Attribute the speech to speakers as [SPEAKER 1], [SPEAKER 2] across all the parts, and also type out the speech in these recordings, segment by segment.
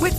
[SPEAKER 1] With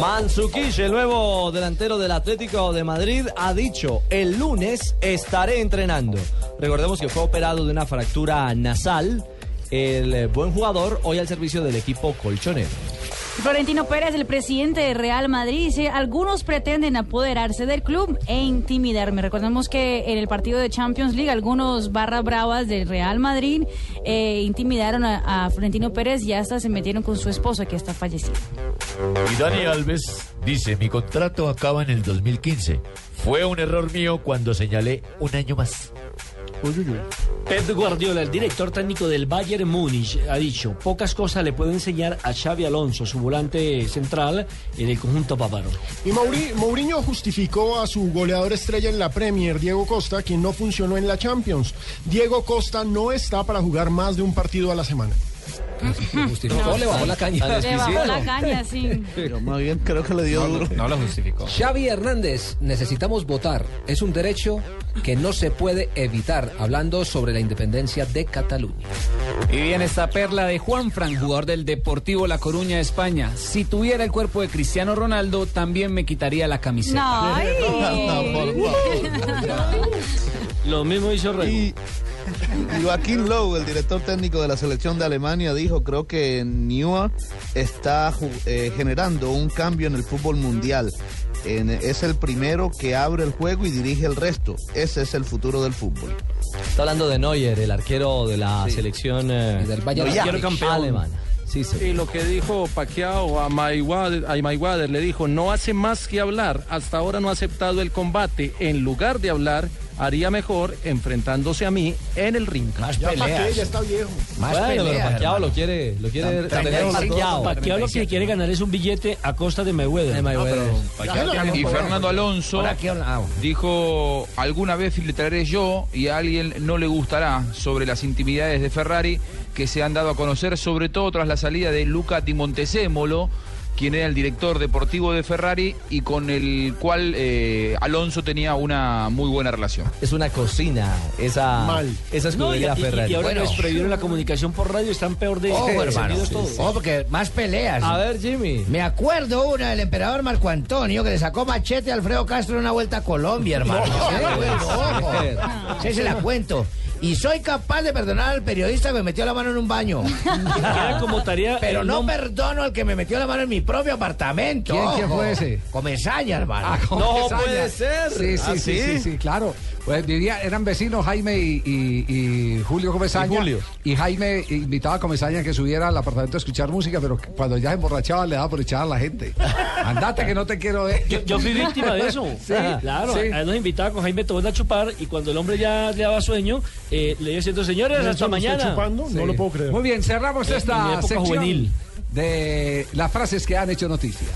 [SPEAKER 2] Mansukish, el nuevo delantero del Atlético de Madrid, ha dicho, el lunes estaré entrenando. Recordemos que fue operado de una fractura nasal. El eh, buen jugador hoy al servicio del equipo colchonero.
[SPEAKER 3] Florentino Pérez, el presidente de Real Madrid, dice, algunos pretenden apoderarse del club e intimidarme. Recordemos que en el partido de Champions League, algunos barra bravas del Real Madrid eh, intimidaron a, a Florentino Pérez y hasta se metieron con su esposo que está fallecido.
[SPEAKER 4] Y Dani Alves dice, mi contrato acaba en el 2015. Fue un error mío cuando señalé un año más.
[SPEAKER 5] Pep Guardiola, el director técnico del Bayern Múnich, ha dicho, pocas cosas le puede enseñar a Xavi Alonso, su volante central en el conjunto bávaro.
[SPEAKER 6] Y Mauri- Mourinho justificó a su goleador estrella en la Premier, Diego Costa, quien no funcionó en la Champions. Diego Costa no está para jugar más de un partido a la semana.
[SPEAKER 7] Justificó, le bajó la caña.
[SPEAKER 3] Le bajó la caña, sí.
[SPEAKER 8] Pero más bien creo que le dio duro.
[SPEAKER 7] No lo justificó.
[SPEAKER 8] Xavi Hernández, necesitamos votar. Es un derecho que no se puede evitar, hablando sobre la independencia de Cataluña.
[SPEAKER 7] Y bien esta perla de Juan Fran, jugador del Deportivo La Coruña de España. Si tuviera el cuerpo de Cristiano Ronaldo, también me quitaría la camiseta.
[SPEAKER 3] No, ay.
[SPEAKER 5] Lo mismo hizo Rego.
[SPEAKER 8] Y Joaquín Lowe, el director técnico de la selección de Alemania, dijo, creo que Neuer está ju- eh, generando un cambio en el fútbol mundial. En- es el primero que abre el juego y dirige el resto. Ese es el futuro del fútbol.
[SPEAKER 2] Está hablando de Neuer, el arquero de la selección eh,
[SPEAKER 8] Y del Bayern
[SPEAKER 2] alemana.
[SPEAKER 8] Arquero
[SPEAKER 5] campeón.
[SPEAKER 2] alemana. Sí, sí.
[SPEAKER 7] Y lo que dijo Paquiao a Mayweather, a Mayweather, le dijo, no hace más que hablar, hasta ahora no ha aceptado el combate, en lugar de hablar, haría mejor enfrentándose a mí en el ring.
[SPEAKER 6] Ya para qué, ya está viejo.
[SPEAKER 2] Bueno, pero Paquiao lo quiere, lo quiere tener parqueado.
[SPEAKER 5] Paquiao lo que quiere ganar es un billete a costa de
[SPEAKER 2] De
[SPEAKER 5] Mayweather.
[SPEAKER 2] Mayweather.
[SPEAKER 6] Y Fernando
[SPEAKER 7] Alonso dijo, alguna vez filtraré yo y a alguien no le gustará sobre las intimidades de Ferrari que se han dado a conocer, sobre todo tras la salida de Luca Di Montezemolo, quien era el director deportivo de Ferrari y con el cual eh, Alonso tenía una muy buena relación.
[SPEAKER 2] Es una cocina, esa,
[SPEAKER 6] Mal.
[SPEAKER 2] esa
[SPEAKER 5] No, y,
[SPEAKER 2] escudería
[SPEAKER 5] y-
[SPEAKER 2] Ferrari.
[SPEAKER 5] y ahora
[SPEAKER 2] Bueno. Oh,
[SPEAKER 5] les prohibieron la comunicación por radio, están peor de
[SPEAKER 7] Ojo,
[SPEAKER 5] de
[SPEAKER 7] hermano.
[SPEAKER 5] sentidos todos.
[SPEAKER 7] Ojo, porque más peleas.
[SPEAKER 2] A ver, Jimmy.
[SPEAKER 7] Me acuerdo una del emperador Marco Antonio que le sacó machete a Alfredo Castro en una vuelta a Colombia, hermano. Sí, bueno, ojo. Sí, se la cuento. Y soy capaz de perdonar al periodista que me metió la mano en un baño.
[SPEAKER 5] Queda Ah, como tarea eh,
[SPEAKER 7] Pero
[SPEAKER 5] el
[SPEAKER 7] no
[SPEAKER 5] nombre-
[SPEAKER 7] perdono al que me metió la mano en mi propio apartamento.
[SPEAKER 8] ¿Quién-
[SPEAKER 7] ojo.
[SPEAKER 8] quién fue ese?
[SPEAKER 7] Comesaña, hermano.
[SPEAKER 2] No puede ser.
[SPEAKER 7] Sí, sí,
[SPEAKER 2] ¿Ah,
[SPEAKER 7] sí,
[SPEAKER 2] sí?
[SPEAKER 7] sí, sí, claro. Pues vivía, eran vecinos Jaime y, y- y Julio Comesaña.
[SPEAKER 2] Y Julio.
[SPEAKER 7] Y Jaime invitaba a Comesaña que subiera al apartamento a escuchar música, pero cuando ya se emborrachaba le daba por echar a la gente. Andate que no te quiero ver.
[SPEAKER 5] Yo, yo fui víctima de eso. Ah, claro.
[SPEAKER 7] sí.
[SPEAKER 5] a- a- Nos invitaba con Jaime Tobón a chupar y cuando el hombre ya le daba sueño, eh, le iba diciendo, señores,
[SPEAKER 6] Nelson,
[SPEAKER 5] hasta
[SPEAKER 6] ¿lo está
[SPEAKER 5] mañana.
[SPEAKER 6] chupando? No
[SPEAKER 7] Sí.
[SPEAKER 6] lo puedo creer.
[SPEAKER 7] Muy bien, cerramos
[SPEAKER 5] En mi
[SPEAKER 7] esta
[SPEAKER 5] época
[SPEAKER 7] sección
[SPEAKER 5] juvenil.
[SPEAKER 7] de las frases que han hecho noticia.